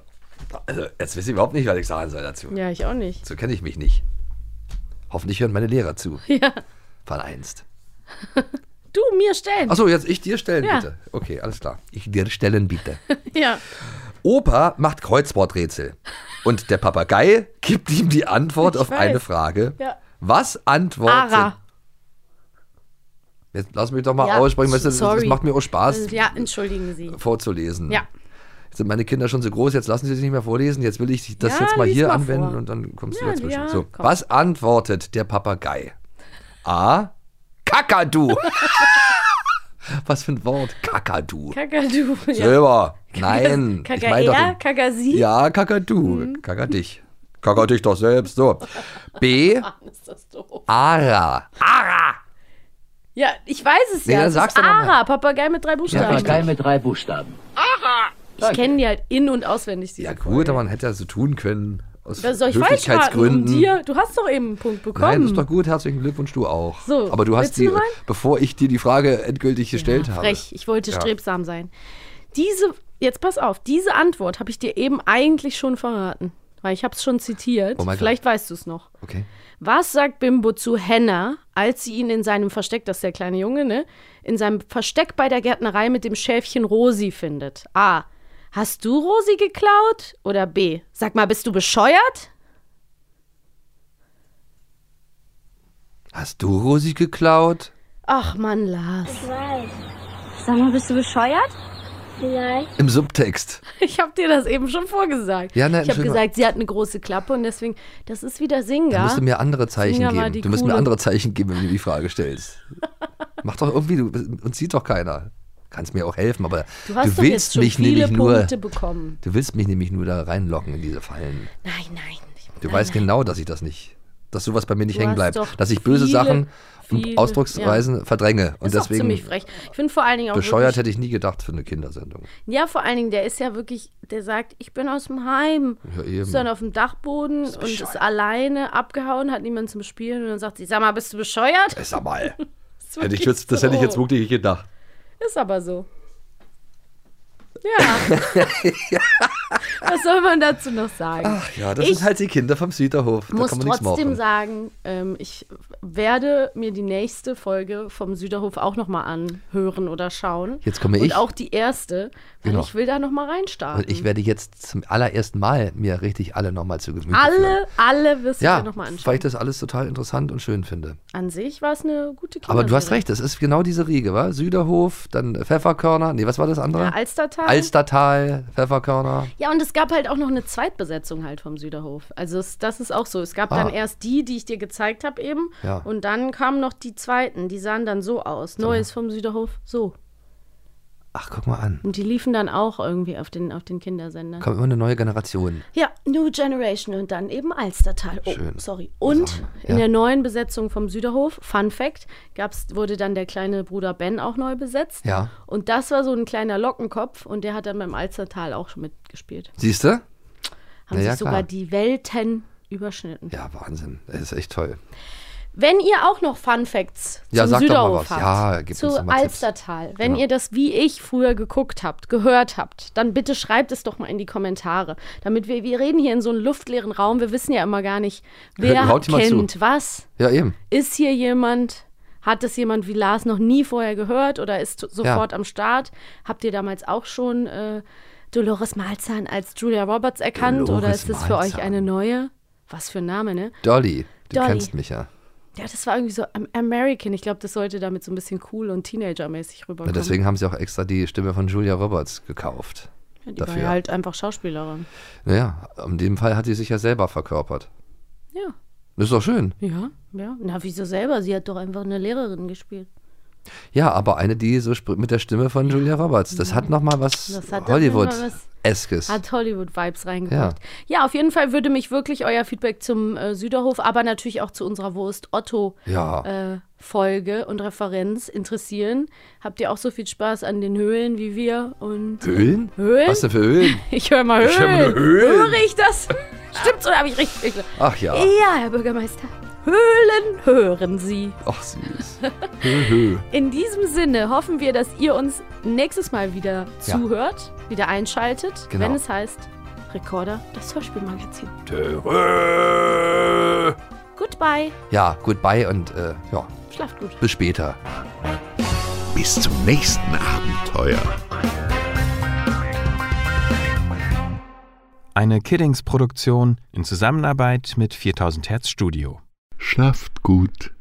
also jetzt weiß ich überhaupt nicht, was ich sagen soll dazu. Ja, ich auch nicht. So kenne ich mich nicht. Hoffentlich hören meine Lehrer zu. Ja. Vereinst. Du, mir stellen. Achso, jetzt ich dir stellen Ja. bitte. Okay, alles klar. Ich dir stellen bitte. Ja. Opa macht Kreuzworträtsel und der Papagei gibt ihm die Antwort Ich auf eine weiß. Frage. Ja. Was antwortet? Ara. Jetzt lass mich doch mal Ja, aussprechen, weißt du, das, das sorry. macht mir auch Spaß Ja, entschuldigen Sie. vorzulesen. Ja. Jetzt sind meine Kinder schon so groß, jetzt lassen sie sich nicht mehr vorlesen. Jetzt will ich das Ja, jetzt mal lies hier mal anwenden vor. und dann kommst Ja, du dazwischen. ja, so, komm. was antwortet der Papagei? A. Kakadu. was für ein Wort? Kakadu. Kakadu. Silber. Nein. ich mein doch Kakaer, den- Kakasi. ja, Kakadu. Mhm. Kakadich. Kakadich doch selbst. So. B. Mann, ist das doof. Ara. Ara. Ja, ich weiß es Nee, ja. dann es sag's ist doch noch mal. Ara, Papagei mit drei Buchstaben. mit drei Buchstaben. Ich kenne die halt in- und auswendig. Diese Ja, gut, aber man hätte ja so tun können. Aus Was soll ich falsch raten? Um Höflichkeitsgründen. dir? Du hast doch eben einen Punkt bekommen. Nein, ist doch gut. Herzlichen Glückwunsch, du auch. So, aber du hast willst du die, noch mal? bevor ich dir die Frage endgültig gestellt habe. Frech, ich wollte Ja. strebsam sein. Diese, jetzt pass auf, diese Antwort habe ich dir eben eigentlich schon verraten, weil ich habe es schon zitiert. Oh mein Gott. Vielleicht weißt du es noch. Okay. Was sagt Bimbo zu Henna, als sie ihn in seinem Versteck, das ist der kleine Junge, ne, in seinem Versteck bei der Gärtnerei mit dem Schäfchen Rosi findet? A. Hast du Rosi geklaut? Oder B. Sag mal, bist du bescheuert? Hast du Rosi geklaut? Ach Mann, Lars. Ich weiß. Sag mal, bist du bescheuert? Nein. Im Subtext. Ich habe dir das eben schon vorgesagt. Ja, ne, nein, ich habe Entschuldigung. gesagt, sie hat eine große Klappe und deswegen, das ist wieder Singa. Da musst du mir andere Zeichen Singa war geben. die Du musst mir Coole. andere Zeichen geben, wenn du mir die Frage stellst. Mach doch irgendwie, du, uns sieht doch keiner. Kannst mir auch helfen, aber Du hast doch willst jetzt schon mich viele nämlich nur. Punkte bekommen. Du willst mich nämlich nur da reinlocken in diese Fallen. Nein, nein. Du weißt genau, dass ich das nicht. Dass sowas bei mir nicht Du hängen hast bleibt. doch Dass ich böse viele, Sachen und viele- Ausdrucksweisen verdränge. Und ist auch deswegen ziemlich frech. Ich finde vor allen Dingen auch bescheuert wirklich, hätte ich nie gedacht für eine Kindersendung. Ja, vor allen Dingen, der ist ja wirklich, der sagt, ich bin aus dem Heim. Ja, eben. Ist dann auf dem Dachboden und ist alleine abgehauen, hat niemanden zum Spielen. Und dann sagt sie, sag mal, bist du bescheuert? Äh, Sag mal. Ist hätte ich wirklich jetzt, das hätte ich so. jetzt wirklich nicht gedacht. Ist aber so. Ja. Was soll man dazu noch sagen? Ach ja, das ich sind halt die Kinder vom Süderhof. Da muss kann man nichts trotzdem machen. sagen, ähm, ich werde mir die nächste Folge vom Süderhof auch nochmal anhören oder schauen. Jetzt komme Und ich. auch die erste, weil Genau. ich will da nochmal reinstarten. Und ich werde jetzt zum allerersten Mal mir richtig alle nochmal zu Gemüte führen. alle, alle wirst Ja, du dir nochmal anschauen. weil ich das alles total interessant und schön finde. An sich war es eine gute Kinder Aber du hast recht, es ist genau diese Riege, wa? Süderhof, dann Pfefferkörner, nee, was war das andere? Ja, Alstertal. Alstertal, Pfefferkörner. Ja, und es gab halt auch noch eine Zweitbesetzung halt vom Süderhof. Also es, das ist auch so. Es gab Ah. dann erst die, die ich dir gezeigt habe eben. Ja. Und dann kamen noch die zweiten. Die sahen dann so aus. Neues vom Süderhof, so. Ach, guck mal an. Und die liefen dann auch irgendwie auf den, auf den Kindersendern. Kommt immer eine neue Generation. Ja, New Generation und dann eben Alstertal. Oh, Schön. sorry. Und Ja. in der neuen Besetzung vom Süderhof, Fun Fact, gab's, wurde dann der kleine Bruder Ben auch neu besetzt. Ja. Und das war so ein kleiner Lockenkopf und der hat dann beim Alstertal auch schon mitgespielt. Siehst du? Haben Ja, ja, sich sogar klar. die Welten überschnitten. Ja, Wahnsinn. Das ist echt toll. Wenn ihr auch noch Fun Facts Ja, zum sag doch mal Süderhof was. habt, Ja, gib zu uns doch mal Tipps. Alstertal, wenn Genau. ihr das wie ich früher geguckt habt, gehört habt, dann bitte schreibt es doch mal in die Kommentare, damit wir, wir reden hier in so einem luftleeren Raum, wir wissen ja immer gar nicht, wer Haut jemand zu. kennt was, Ja, eben. ist hier jemand, hat das jemand wie Lars noch nie vorher gehört oder ist so- sofort am Start, habt ihr damals auch schon äh, Dolores Malzahn als Julia Roberts erkannt Dolores oder ist das für euch Malzahn. eine neue? Was für ein Name, ne? Dolly, du Dolly. kennst mich ja. Ja, das war irgendwie so am- American. Ich glaube, das sollte damit so ein bisschen cool und Teenager-mäßig Na, rüberkommen. deswegen haben sie auch extra die Stimme von Julia Roberts gekauft. ja, die war dafür. ja halt einfach Schauspielerin. Naja, in dem Fall hat sie sich ja selber verkörpert. Ja. Das ist doch schön. Ja, ja. Na, wieso selber? Sie hat doch einfach eine Lehrerin gespielt. Ja, aber eine, die so spr- mit der Stimme von Julia Roberts. Das hat nochmal was Das hat doch noch mal was- Hollywood-eskes. Hat Hollywood-Vibes reingebracht. Ja. auf jeden Fall würde mich wirklich euer Feedback zum äh, Süderhof, aber natürlich auch zu unserer Wurst Otto Ja. äh, Folge und Referenz interessieren. Habt ihr auch so viel Spaß an den Höhlen wie wir? Und Höhlen? Höhlen? Was denn für Höhlen? Ich höre mal Höhlen. Ich hör mal Höhlen. Höre ich das? Stimmt's oder habe ich richtig? Ach ja. Ja, Herr Bürgermeister. Höhlen hören Sie. Ach süß. Hö, hö. In diesem Sinne hoffen wir, dass ihr uns nächstes Mal wieder Ja. zuhört, wieder einschaltet, Genau. wenn es heißt Recorder, das Hörspielmagazin. Tö. Goodbye, Ja, goodbye und äh, ja, schlaft gut. bis später. Bis zum nächsten Abenteuer. Eine Kiddings-Produktion in Zusammenarbeit mit 4000 Hertz Studio. Schlaft gut.